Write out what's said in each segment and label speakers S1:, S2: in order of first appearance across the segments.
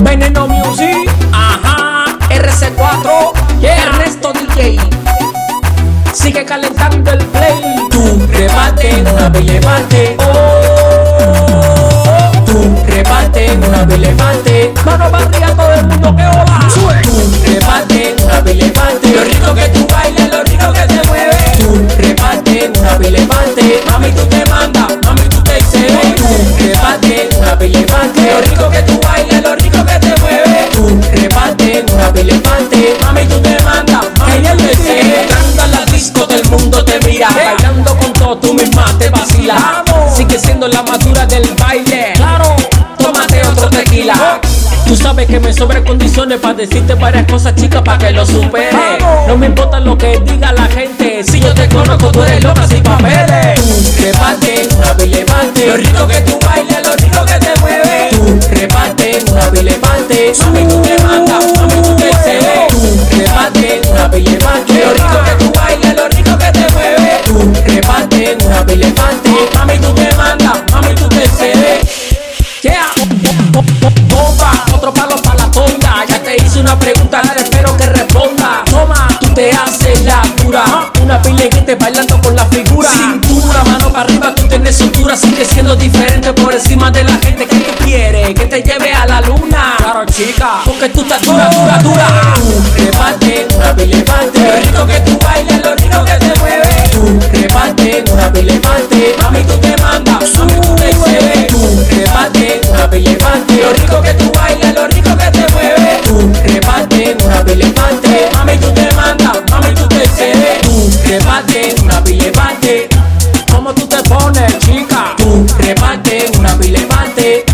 S1: Veneno Music, ajá, RC4, Ernesto DJ. Sigue calentando el play. Tu remate en una bella mate. Oh, tu remate en una bella mate. Mano para arriba todo el mundo que hola. Sube. Tu remate en una bella mate. Lo rico que tú bailas, lo rico que te mueve. Tu remate en una bella mate. Mami tú te manda, mami tú te excedes. Tu remate en una bella mate. Lo rico que tú bailas, lo rico que te mueve. Tu remate en una bella mate. Mami tú te manda, mami tú te excedes. Canta la disco del mundo te mira. Bailando con todo tú misma te vacilas. Sigue siendo la madura del baile. Claro, tómate otro tequila. Tú sabes que me sobran condiciones para decirte varias cosas, chicas, para que lo superes. No me importa lo que diga la gente. Si yo te conozco, tú eres loca sin papeles. Tú reparte, una bilemante. Lo rico que tú bailas, lo rico que te mueve. Tú reparte, una bilemante. Mami, tú te mandas, mami, tú te excedes. Tú reparte, una bilemante. Lo rico que tú bailas, lo rico que te mueve. Tú reparte, una bilemante. Mami, tú te mandas, mami, tú te excedes. Yeah. Bomba, otro palo para la tonda. Ya te hice una pregunta, ahora espero que responda. Toma, tú te haces la dura. Una pila que te bailando con la figura. Cintura, mano para arriba, tú tienes cintura. Sigue siendo diferente por encima de la gente que tú quieres. Que te lleve a la luna. Claro, chica. Porque tú estás dura, dura, dura. Tú reparte, una bilemante. Lo rico que tú bailas, lo rico que te mueve. Tú reparte, una bilemante. Mami, tú te mandas, mami, tú te excedes. Tú reparte, una bilemante. Lo rico que tú bailas, lo rico que te mueve. Tú reparte, una bilemante. Mami, tú te mandas, mami, tú te excedes. Tú reparte, una bilemante. ¿Cómo tú te pones, chica? Tú reparte, una bilemante.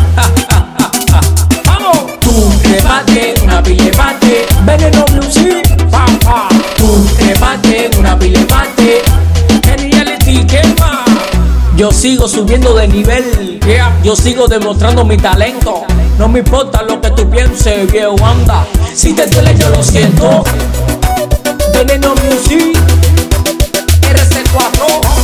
S1: ¡Vamos! Tú reparte, una bilemante. Veneno Music, pam, pam. Tú reparte, una bilemante. Geniality, ¿qué más? Yo sigo subiendo de nivel, yo sigo demostrando mi talento. No me importa lo que tú pienses, viejo anda. Si te duele, yo lo siento. Veneno Music, RC4.